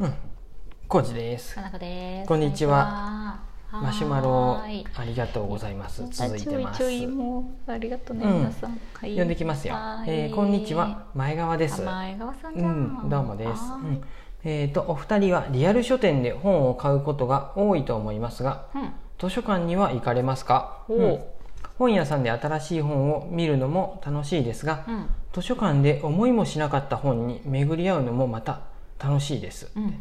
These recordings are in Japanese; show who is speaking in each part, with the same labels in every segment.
Speaker 1: うん。コージです
Speaker 2: か。なこです。
Speaker 1: こんにちは
Speaker 2: こんにちは。
Speaker 1: マシュマロ
Speaker 2: はーい
Speaker 1: ありがとうございます。続いてます。
Speaker 2: ちょいちょいもうありがとうね、
Speaker 1: うん
Speaker 2: 皆さん。は
Speaker 1: 呼んできますよ。えーこんにちは。前川です。
Speaker 2: あ前川さん
Speaker 1: う
Speaker 2: じゃん。
Speaker 1: ん、どうもです。
Speaker 2: は
Speaker 1: う
Speaker 2: ーい
Speaker 1: んえっ、とお二人はリアル書店で本を買うことが多いと思いますが、
Speaker 2: うん。
Speaker 1: 図書館には行かれますか？
Speaker 2: おう
Speaker 1: うん本屋さんで新しい本を見るのも楽しいですが、
Speaker 2: うん。
Speaker 1: 図書館で思いもしなかった本に巡り合うのもまた楽しいです。
Speaker 2: うん。うん。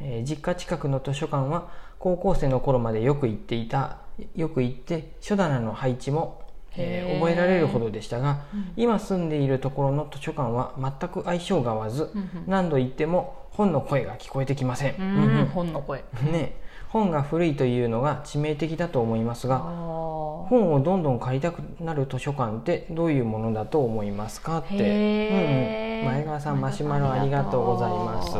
Speaker 1: えー実家近くの図書館は高校生の頃までよく行っていたよく行って書棚の配置も、えー
Speaker 2: へー
Speaker 1: 覚えられるほどでしたが、
Speaker 2: うん
Speaker 1: 今住んでいるところの図書館は全く相性が合わず、
Speaker 2: うんうん
Speaker 1: 何度行っても本の声が聞こえてきません、
Speaker 2: う
Speaker 1: うんう
Speaker 2: ん。うんん。本の声。
Speaker 1: ね本が古いというのが致命的だと思いますが
Speaker 2: あ
Speaker 1: 本をどんどん借りたくなる図書館ってどういうものだと思いますかっ
Speaker 2: ー
Speaker 1: て、
Speaker 2: へ
Speaker 1: うんうん
Speaker 2: ー
Speaker 1: 前川さんマシュマロありがとうございます。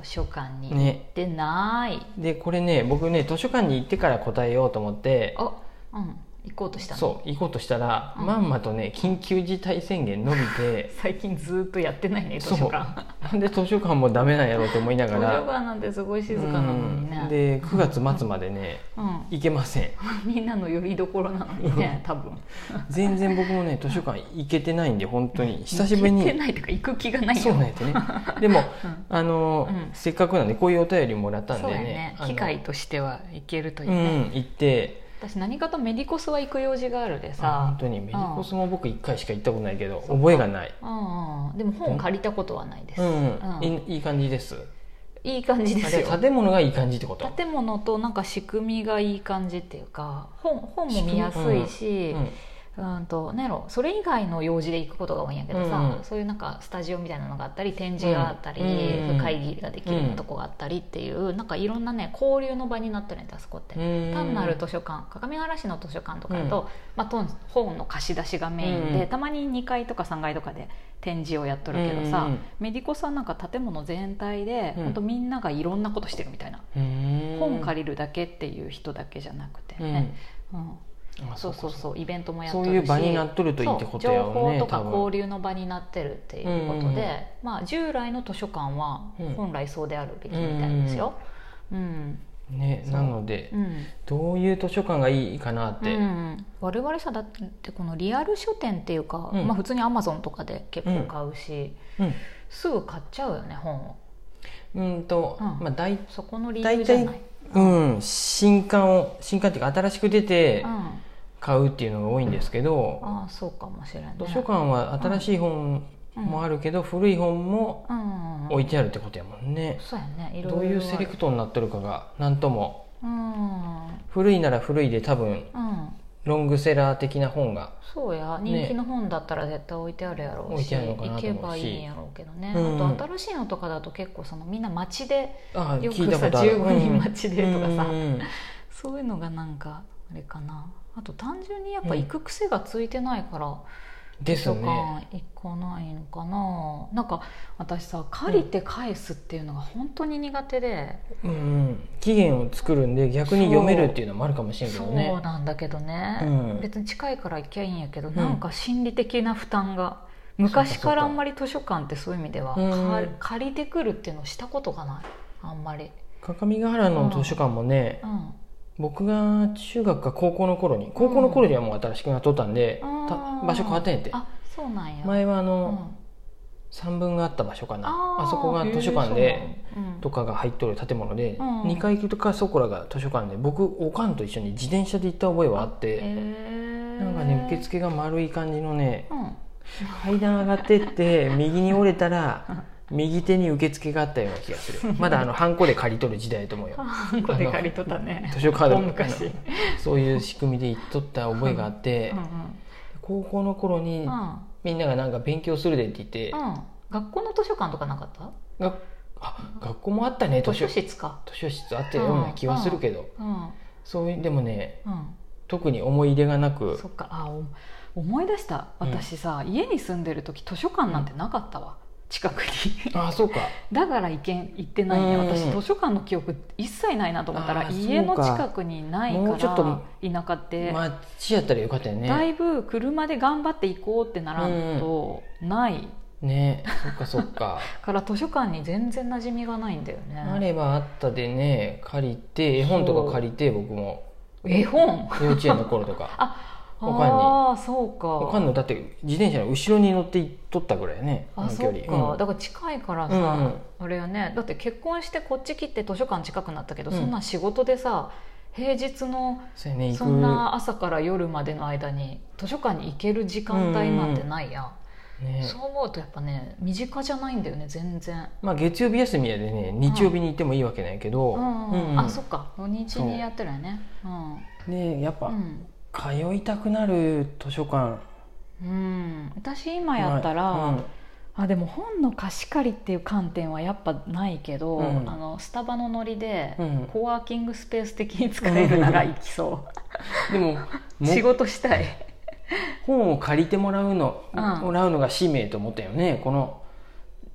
Speaker 2: 図書館に行
Speaker 1: ね
Speaker 2: ってない。
Speaker 1: でこれね僕ね図書館に行ってから答えようと思って
Speaker 2: あ、うん。行こうとしたの。
Speaker 1: そう行こうとしたら、
Speaker 2: うん
Speaker 1: まんまとね緊急事態宣言伸びて
Speaker 2: 最近ずーっとやってないね、図
Speaker 1: そう
Speaker 2: 書館。
Speaker 1: な んで図書館もダメなんやろうと思いな
Speaker 2: 図
Speaker 1: が
Speaker 2: 書
Speaker 1: ら
Speaker 2: 館なんてすごい静かなのにね。
Speaker 1: うんで9月末までね
Speaker 2: うん。
Speaker 1: 行けません
Speaker 2: みんなのよりどころなのにね多分
Speaker 1: 全然僕もね図書館行けてないんで本当に久しぶり
Speaker 2: 行けて
Speaker 1: に
Speaker 2: ないというか行く気がないよ
Speaker 1: そうなんやってねでも、
Speaker 2: うん
Speaker 1: あの
Speaker 2: うん
Speaker 1: せっかくなんでこういうお便りもらったんで
Speaker 2: そうや
Speaker 1: ね
Speaker 2: ね
Speaker 1: あの
Speaker 2: 機会としては行けるという
Speaker 1: う
Speaker 2: ね、
Speaker 1: ん行って
Speaker 2: 私何かとメディコスは行く用事があるで
Speaker 1: あ
Speaker 2: さ
Speaker 1: 本当にメリコスも僕1回しか行ったことないけど覚えがない
Speaker 2: うんうんでも本を借りたことはないです、
Speaker 1: うん、
Speaker 2: うん
Speaker 1: いいい感じです
Speaker 2: いい感じで
Speaker 1: あ
Speaker 2: す
Speaker 1: じ
Speaker 2: よ
Speaker 1: ゃあ建物がいい感じってこと
Speaker 2: 建物となんか仕組みがいい感じっていうか本本も見やすいし、
Speaker 1: うん
Speaker 2: うんとなんやろそれ以外の用事で行くことが多いんやけどさ、
Speaker 1: うんうん
Speaker 2: そういうなんかスタジオみたいなのがあったり展示があったり、
Speaker 1: うんうん
Speaker 2: 会議ができるとこがあったりっていう、なんかいろんなね交流の場になってるんやてあそこって、
Speaker 1: うん
Speaker 2: 単なる図書館各務原市の図書館とかだと、まあ、とん本の貸し出しがメインで、
Speaker 1: うん
Speaker 2: たまに2階とか3階とかで展示をやっとるけどさ、
Speaker 1: うんうん
Speaker 2: メディコさんなんか建物全体で、
Speaker 1: うん
Speaker 2: ほんとみんながいろんなことしてるみたいな、
Speaker 1: うん
Speaker 2: 本借りるだけっていう人だけじゃなくてね。うん
Speaker 1: うんあ
Speaker 2: そうそう
Speaker 1: か
Speaker 2: そうイベントもやっ
Speaker 1: そ
Speaker 2: と
Speaker 1: う
Speaker 2: るし
Speaker 1: いう場になっとるといいってことやよね
Speaker 2: そう情報とか
Speaker 1: 多分
Speaker 2: 交流の場になってるっていうことで、
Speaker 1: うんうんうん
Speaker 2: まあ、従来の図書館は
Speaker 1: うん
Speaker 2: 本来そうであるべきみたいですよ。うん
Speaker 1: ね
Speaker 2: そう
Speaker 1: なので
Speaker 2: うん
Speaker 1: どういう図書館がいいかなって、
Speaker 2: うんうん我々さだってこのリアル書店っていうか、
Speaker 1: うん
Speaker 2: まあ、普通にアマゾンとかで結構買うし、
Speaker 1: うん
Speaker 2: すぐ買っちゃうよね本を
Speaker 1: うんと、
Speaker 2: うん
Speaker 1: まあ大
Speaker 2: そこの理由
Speaker 1: 大
Speaker 2: じゃ
Speaker 1: 体
Speaker 2: ない、
Speaker 1: うん新刊を新刊っていうか新しく出て
Speaker 2: うん、あ
Speaker 1: 買うっていうのが多いんですけど、
Speaker 2: あそうかもしれない、
Speaker 1: 図書館は新しい本もあるけど、古い本も
Speaker 2: うんうんうん
Speaker 1: 置いてあるってことやもんね、
Speaker 2: そうやねいろいろ
Speaker 1: どういうセレクトになってるかがなんとも
Speaker 2: うん、うん、
Speaker 1: 古いなら古いで多分ロングセラー的な本が
Speaker 2: そうや
Speaker 1: ね
Speaker 2: 人気の本だったら絶対置いてあるやろう
Speaker 1: 置い
Speaker 2: し、
Speaker 1: てあるのかな
Speaker 2: 行
Speaker 1: と
Speaker 2: け
Speaker 1: 思うし
Speaker 2: ばいいんやろうけどね、
Speaker 1: うん
Speaker 2: あと新しいのとかだと結構そのみんな街で
Speaker 1: ああ
Speaker 2: よく
Speaker 1: 聞いたことある
Speaker 2: さ15人待ちでとかさ
Speaker 1: うんうん
Speaker 2: そういうのがなんかあれかなあと単純にやっぱ行く癖がついてないから、
Speaker 1: です
Speaker 2: 図書
Speaker 1: ね
Speaker 2: 館行かないのかななんか私さ借りて返すっていうのが本当に苦手で、
Speaker 1: うんうん期限を作るんで逆に読めるっていうのもあるかもしれんけ
Speaker 2: そ
Speaker 1: ど
Speaker 2: う
Speaker 1: ね
Speaker 2: なんだけどね、
Speaker 1: うん
Speaker 2: 別に近いから行きゃいいんやけど、
Speaker 1: ん
Speaker 2: なんか心理的な負担が昔からあんまり図書館ってそういう意味では、
Speaker 1: うん
Speaker 2: か借りてくるっていうのをしたことがないあんまり、
Speaker 1: 各務原の図書館もね
Speaker 2: うん、
Speaker 1: 僕が中学か高校の頃に高校の頃にはもう新しくなっとったんで、
Speaker 2: うん
Speaker 1: た
Speaker 2: あー
Speaker 1: 場所変わったんやって
Speaker 2: あそうなんや、
Speaker 1: 前はあ
Speaker 2: うん
Speaker 1: の、三分があった場所かなあ
Speaker 2: ー
Speaker 1: そこが図書館
Speaker 2: へ
Speaker 1: で
Speaker 2: ーそうなん
Speaker 1: とかが入っとる建物で、
Speaker 2: うん
Speaker 1: 2階とかそこらが図書館で僕おかんと一緒に自転車で行った覚えはあって、
Speaker 2: うん、
Speaker 1: なんかね受付が丸い感じのね
Speaker 2: うん、
Speaker 1: 階段上がって って右に折れたら右手に受付があったような気がするまだあのハンコで借り取る時代と思うよ
Speaker 2: あーこれ借りとったね
Speaker 1: 図書カード
Speaker 2: 大昔、
Speaker 1: そういう仕組みで行っとった覚えがあって
Speaker 2: うんうん
Speaker 1: 高校の頃に
Speaker 2: うん
Speaker 1: みんながなんか勉強するでって言って
Speaker 2: うん、学校の図書館とかなかった
Speaker 1: があ学校もあったね図
Speaker 2: 図
Speaker 1: 書
Speaker 2: 書
Speaker 1: 図
Speaker 2: 室か、
Speaker 1: 書室あったような気はするけど
Speaker 2: うん
Speaker 1: そういうでもね
Speaker 2: うん、
Speaker 1: 特に思い入れがなく
Speaker 2: そっかあお思い出した
Speaker 1: うん
Speaker 2: 私さ、家に住んでる時図書館なんてなかったわ近くに
Speaker 1: あそうか
Speaker 2: だから行けん行ってないね
Speaker 1: うん
Speaker 2: 私図書館の記憶一切ないなと思った
Speaker 1: あ
Speaker 2: ら
Speaker 1: ー
Speaker 2: 家
Speaker 1: そ
Speaker 2: の
Speaker 1: うか
Speaker 2: 近くにないから
Speaker 1: もうちょっと
Speaker 2: 田舎って、
Speaker 1: 街やったらよかったよね
Speaker 2: だいぶ車で頑張って行こうってならんとない
Speaker 1: ねそっかそっ か
Speaker 2: から図書館に全然馴染みがないんだよね
Speaker 1: あればあったでね借りて絵本とか借りて僕も
Speaker 2: 絵本
Speaker 1: 幼稚園の頃とかおかんに
Speaker 2: ああ そうか
Speaker 1: わかんのだって自転車の後ろに乗って行っとったぐらいね
Speaker 2: あ
Speaker 1: の
Speaker 2: そうか、
Speaker 1: うん
Speaker 2: だから近いからさ、
Speaker 1: うんうん
Speaker 2: あれよねだって結婚してこっち来て図書館近くなったけど、
Speaker 1: うん
Speaker 2: そんな仕事でさ平日の
Speaker 1: そうやね行く
Speaker 2: そんな朝から夜までの間に図書館に行ける時間帯なんてないや、ん
Speaker 1: ね
Speaker 2: そう思うとやっぱね身近じゃないんだよね全然、
Speaker 1: まあ月曜日休みやでね日曜日に行ってもいいわけないけど、
Speaker 2: うん
Speaker 1: うんうん
Speaker 2: あそっか土日にやってるよね
Speaker 1: でやっ
Speaker 2: う
Speaker 1: ぱ
Speaker 2: ん、
Speaker 1: 通いたくなる図書館
Speaker 2: うんうん、私今やったら、
Speaker 1: うん
Speaker 2: あでも本の貸し借りっていう観点はやっぱないけど、
Speaker 1: うん
Speaker 2: あのスタバのノリで、
Speaker 1: うん
Speaker 2: コワーキングスペース的に使えるなら行きそ
Speaker 1: で も
Speaker 2: う
Speaker 1: も
Speaker 2: 仕事したい
Speaker 1: 本を借りてもらうの、
Speaker 2: うん
Speaker 1: もらうのが使命と思ったよねこの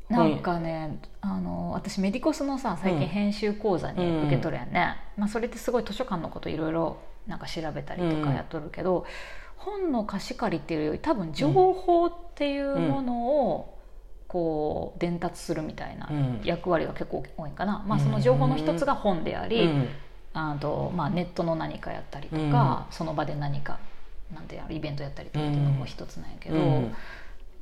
Speaker 2: なんかねあの私メディコスのさ最
Speaker 1: うん
Speaker 2: 近編集講座に受け取るやんね、まあ、それってすごい図書館のこといろいろなんか調べたりとかやっとるけど、本の貸し借りっていうより多分情報っていうものをこう伝達するみたいな
Speaker 1: うん
Speaker 2: 役割が結構多いんかな、まあ、
Speaker 1: うん
Speaker 2: その情報の一つが本であり、
Speaker 1: うん
Speaker 2: あとまあ、ネットの何かやったりとか、その場で何かなんてやろイベントやったりとかっていうのも一つなんやけど、
Speaker 1: うん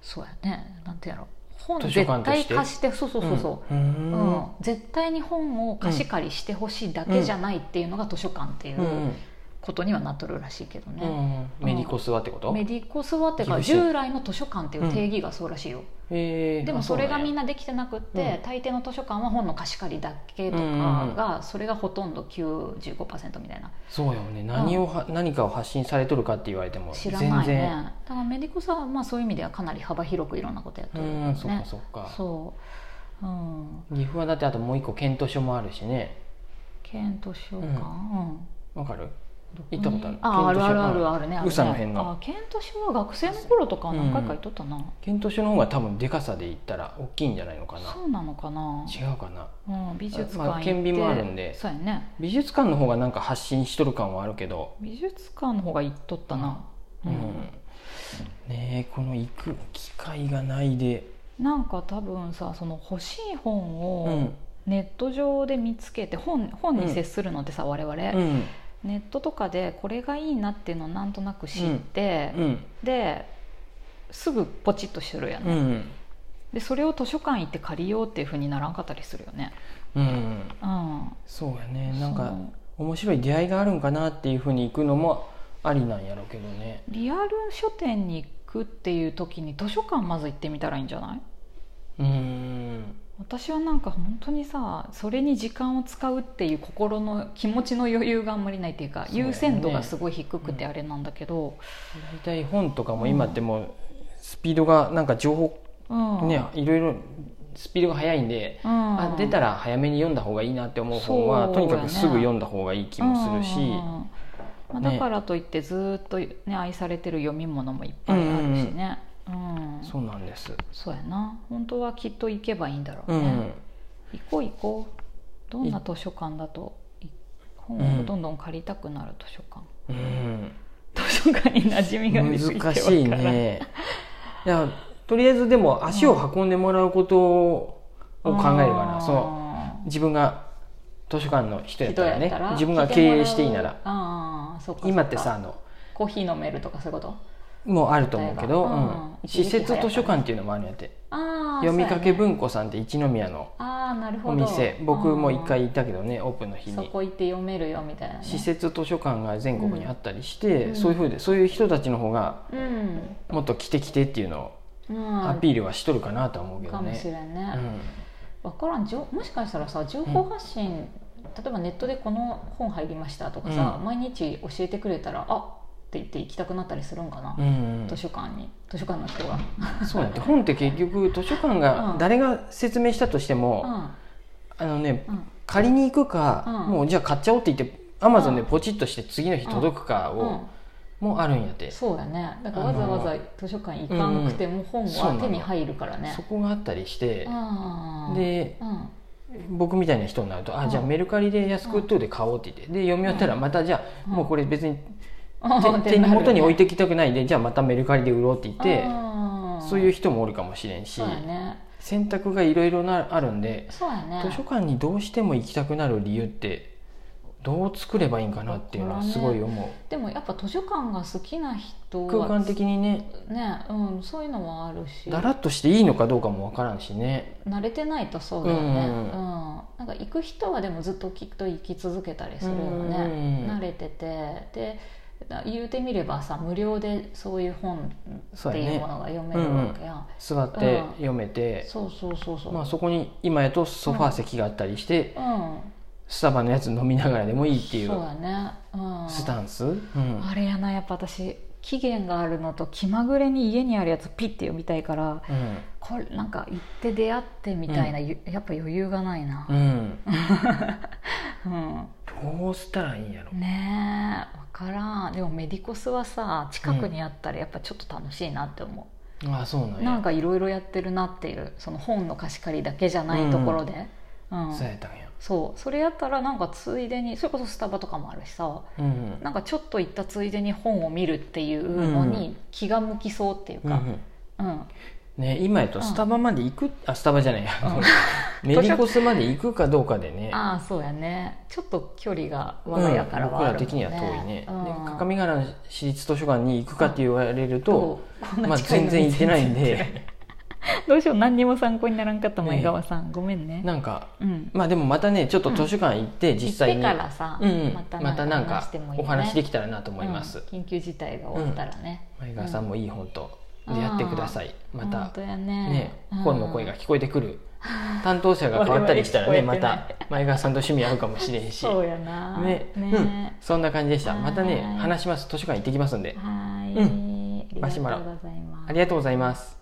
Speaker 2: そうやねなんてやろ本
Speaker 1: 図書
Speaker 2: 絶
Speaker 1: 館として
Speaker 2: 対貸してそうそうそうそうう、うんん絶対に本を貸し借りしてほしいだけじゃないっていうのが図書館ってい
Speaker 1: うんう
Speaker 2: うんことにはなっとるらしいけど
Speaker 1: う
Speaker 2: ね、
Speaker 1: んメディコスはってこと
Speaker 2: メディコスはっていう
Speaker 1: 厳
Speaker 2: か
Speaker 1: しい
Speaker 2: 従来の図書館っていう定義がそうらしいよ、
Speaker 1: えー
Speaker 2: でも
Speaker 1: あ
Speaker 2: それがみん
Speaker 1: な
Speaker 2: なできてなくって、
Speaker 1: う
Speaker 2: 大抵の図書館は本の貸し借りだけとかがそれがほとんど95%みたいな
Speaker 1: そうよね何をは何かを発信されとるかって言われても
Speaker 2: 知
Speaker 1: 全
Speaker 2: らないね
Speaker 1: 然
Speaker 2: だからメディコさんはまあそういう意味ではかなり幅広くいろんなことやって
Speaker 1: う
Speaker 2: るよ
Speaker 1: んそっか
Speaker 2: ね
Speaker 1: そっか
Speaker 2: そう、うん、
Speaker 1: 岐阜はだってあともう一個県図書もあるしね
Speaker 2: 検討しよう
Speaker 1: う
Speaker 2: か、
Speaker 1: ん
Speaker 2: うん
Speaker 1: わかる
Speaker 2: どこ
Speaker 1: 行ったことある
Speaker 2: あ
Speaker 1: 遣
Speaker 2: あ
Speaker 1: 唐
Speaker 2: る
Speaker 1: 使
Speaker 2: あるあるあるねあるね
Speaker 1: 宇佐の辺の
Speaker 2: あ検討しようは学生の頃とかは何回か行っとったな、
Speaker 1: 県図書の方が多分でかさで言ったら大きいんじゃないのかな
Speaker 2: そうなのかな、
Speaker 1: 違うかな
Speaker 2: うん、美術館行って、
Speaker 1: まあ顕微もあるんで
Speaker 2: そうやね
Speaker 1: 美術館の方がなんか発信しとる感はあるけど
Speaker 2: 美術館の方が行っとったな、
Speaker 1: うん、ねえこの行く機会がないで
Speaker 2: なんか多分さその欲しい本
Speaker 1: う
Speaker 2: を
Speaker 1: ん
Speaker 2: ネット上で見つけて本本に接するのってさ、我々、
Speaker 1: うん
Speaker 2: ネットとかでこれがいいなっていうのをなんとなく知って、
Speaker 1: うん
Speaker 2: ですぐポチッとしてるやん、
Speaker 1: うん
Speaker 2: でそれを図書館行って借りようっていうふうにならんかったりするよね
Speaker 1: うん
Speaker 2: うん
Speaker 1: そうやねなん
Speaker 2: そ
Speaker 1: か
Speaker 2: う
Speaker 1: 面白い出会いがあるんかなっていうふうに行くのもありなんやろうけどね
Speaker 2: リアル書店に行くっていう時に図書館まず行ってみたらいいんじゃない
Speaker 1: うん
Speaker 2: 私はなんか本当にさそれに時間を使うっていう心の気持ちの余裕があんまりないっていうか
Speaker 1: そうだよね
Speaker 2: 優先度がすごい低くてあれなんだけど、
Speaker 1: 大体本とかも今ってもうスピードがなんか情報
Speaker 2: うん
Speaker 1: ね、いろいろスピードが速いんで、
Speaker 2: うん
Speaker 1: あ出たら早めに読んだ方がいいなって思う本は、
Speaker 2: そう
Speaker 1: と
Speaker 2: やね
Speaker 1: にかくすぐ読んだ方がいい気もするし、
Speaker 2: うんうんうんまあ、
Speaker 1: ね
Speaker 2: だからといってずーっと、ね、愛されてる読み物もいっぱいあるしね、うん
Speaker 1: そうなんです、
Speaker 2: そうやな本当はきっと行けばいいんだろう
Speaker 1: う
Speaker 2: ね、
Speaker 1: ん、
Speaker 2: 行こう行こうどんな図書館だとい本をどんどん借りたくなる図書館、
Speaker 1: うん、
Speaker 2: 図書館に馴染みが出すぎてわ
Speaker 1: 難
Speaker 2: からん
Speaker 1: しいねいやとりあえずでも足を運んでもらうことを考えるかな、
Speaker 2: あー
Speaker 1: その自分が図書館の人やっ
Speaker 2: 人
Speaker 1: たら
Speaker 2: や
Speaker 1: ね
Speaker 2: ったら
Speaker 1: 自分が経営していいなら
Speaker 2: ああそっかそっか
Speaker 1: 今ってさあの
Speaker 2: コーヒー飲めるとかそういうこと
Speaker 1: もうあると思うけど、
Speaker 2: 例えばうん
Speaker 1: うん施設図書館っていうのもあるんやって
Speaker 2: ああ
Speaker 1: 読みかけ
Speaker 2: そうやね
Speaker 1: 文庫さんって一宮の
Speaker 2: ああなるほ
Speaker 1: お
Speaker 2: ど
Speaker 1: 店僕も一
Speaker 2: うん
Speaker 1: 回行ったけどねオープンの日
Speaker 2: そ
Speaker 1: に
Speaker 2: こ行って読めるよみたいな、ね、
Speaker 1: 施設図書館が全国にあったりして、
Speaker 2: うん
Speaker 1: そういうふうでそういう人たちの方が
Speaker 2: うん、
Speaker 1: もっと来て来てっていうの
Speaker 2: うん、
Speaker 1: をアピールはしとるかなとは思うけど
Speaker 2: かもしれ
Speaker 1: ね。
Speaker 2: ん
Speaker 1: う
Speaker 2: ね、
Speaker 1: ん
Speaker 2: 分からんじょもしかしたらさ情報発信、例えばネットでこの本入りましたとかさ、
Speaker 1: う
Speaker 2: 毎日教えてくれたらあって言って行きたくなったりするんかな、
Speaker 1: うん
Speaker 2: 図書館に図書館の人が、
Speaker 1: そうなんだ本って結局図書館
Speaker 2: う
Speaker 1: が
Speaker 2: ん
Speaker 1: 誰が説明したとしても、あのね
Speaker 2: うんうん
Speaker 1: 借りに行くか、
Speaker 2: うん
Speaker 1: もうじゃあ買っちゃおうって言ってアマゾンでポチッとして次の日届くか
Speaker 2: う
Speaker 1: を、もうあるんやて、
Speaker 2: ん、そうやねだからわざわざ図書館行かなくても本
Speaker 1: そうな
Speaker 2: は
Speaker 1: の
Speaker 2: 手に入るからね
Speaker 1: そこがあったりして、
Speaker 2: あー
Speaker 1: で
Speaker 2: うん
Speaker 1: 僕みたいな人になると、
Speaker 2: う
Speaker 1: あ
Speaker 2: ん
Speaker 1: じゃあメルカリで安く売っとるで買おうって言ってで読み終わったらまたじゃあ、
Speaker 2: うん
Speaker 1: もうこれ別に、
Speaker 2: うん
Speaker 1: 手手元に置い
Speaker 2: て
Speaker 1: てきたくないんでじゃあまたメルカリで売ろうって言って、
Speaker 2: あん
Speaker 1: そういう人もおるかもしれんし、
Speaker 2: そうやね
Speaker 1: 選択がいろいろなあるんで、
Speaker 2: そうやね
Speaker 1: 図書館にどうしても行きたくなる理由ってどう作ればいいんかなっていうのはすごい思う、
Speaker 2: でもやっぱ図書館が好きな人は
Speaker 1: 空間的にね
Speaker 2: ね、うん、そういうのもあるし
Speaker 1: だらっとしていいのかどうかもわからんしね
Speaker 2: 慣れてないとそうだよ
Speaker 1: う
Speaker 2: ね、うんんなんか行く人はでもずっときっと行き続けたりするよ
Speaker 1: うん
Speaker 2: ね、慣れててでだ言うてみればさ無料でそういう本
Speaker 1: そ
Speaker 2: っ
Speaker 1: う
Speaker 2: て
Speaker 1: や
Speaker 2: い
Speaker 1: ね
Speaker 2: うものが読めるわけやん
Speaker 1: 座って
Speaker 2: うん
Speaker 1: 読めて、
Speaker 2: そうそうそうそう、
Speaker 1: まあ、そこに今やとソファー席があったりして、
Speaker 2: うん
Speaker 1: スタバのやつ飲みながらでもいいっていう
Speaker 2: そうやね、うん、
Speaker 1: スタンス、うん
Speaker 2: あれやなやっぱ私期限があるのと気まぐれに家にあるやつピッて読みたいから
Speaker 1: うん
Speaker 2: これなんか行って出会ってみたいな、ゆやっぱ余裕がないな
Speaker 1: う、ん、
Speaker 2: うん
Speaker 1: どうしたらいいんやろ
Speaker 2: ねえ分からんでもメディコスはさ近くにあったらやっぱちょっと楽しいなって思
Speaker 1: ああそうなん
Speaker 2: う、
Speaker 1: や
Speaker 2: なんかいろいろやってるなっていうその本の貸し借りだけじゃないところで、うん
Speaker 1: そうやったんや、
Speaker 2: そうそれやったらなんかついでにそれこそスタバとかもあるしさ
Speaker 1: うん
Speaker 2: なんかちょっと行ったついでに本を見るっていうのに気が向きそうっていう
Speaker 1: うんう
Speaker 2: か、
Speaker 1: ん
Speaker 2: うん
Speaker 1: ね、今やとスタバまで行く、あスタバじゃないや、
Speaker 2: うん
Speaker 1: メディコスまで行くかどうかでね
Speaker 2: ああそうやねちょっと距離が我が家からはあ
Speaker 1: うん僕ら
Speaker 2: る
Speaker 1: 的
Speaker 2: もん
Speaker 1: に
Speaker 2: ね、
Speaker 1: は遠いね、
Speaker 2: うん
Speaker 1: で各務原市立図書館に行くかって言われると、
Speaker 2: そうこん
Speaker 1: まあ、
Speaker 2: な近いの
Speaker 1: 全然
Speaker 2: に
Speaker 1: 行ってないんで
Speaker 2: どうしよう何にも参考にならんかった
Speaker 1: ねえ
Speaker 2: 前川さんごめんね
Speaker 1: なんか
Speaker 2: うん
Speaker 1: まあでもまたねちょっと図書館行って実際に、
Speaker 2: 行ってからさ、
Speaker 1: うんうん、
Speaker 2: また
Speaker 1: またなん
Speaker 2: 話
Speaker 1: か
Speaker 2: してもいいね
Speaker 1: お話できたらなと思います、
Speaker 2: うん緊急事態が終わったらね、
Speaker 1: 前川さんもいい本と出会ってください、ま
Speaker 2: 本
Speaker 1: た、
Speaker 2: 当やね
Speaker 1: ね
Speaker 2: うん
Speaker 1: 本の声が聞こえてく る担当者が変わったりしたらね
Speaker 2: 我
Speaker 1: ま
Speaker 2: 々聞こえてない
Speaker 1: た前川さんと趣味合うかもしれんし
Speaker 2: そうやな
Speaker 1: ねうん
Speaker 2: ね、
Speaker 1: そんな感じでしたまたね
Speaker 2: はい
Speaker 1: 話します図書館行ってきますんで
Speaker 2: はー
Speaker 1: う
Speaker 2: い、あり
Speaker 1: マ
Speaker 2: が
Speaker 1: シュ
Speaker 2: とう
Speaker 1: マ
Speaker 2: ご
Speaker 1: ロ
Speaker 2: ざいます
Speaker 1: ありがとうございます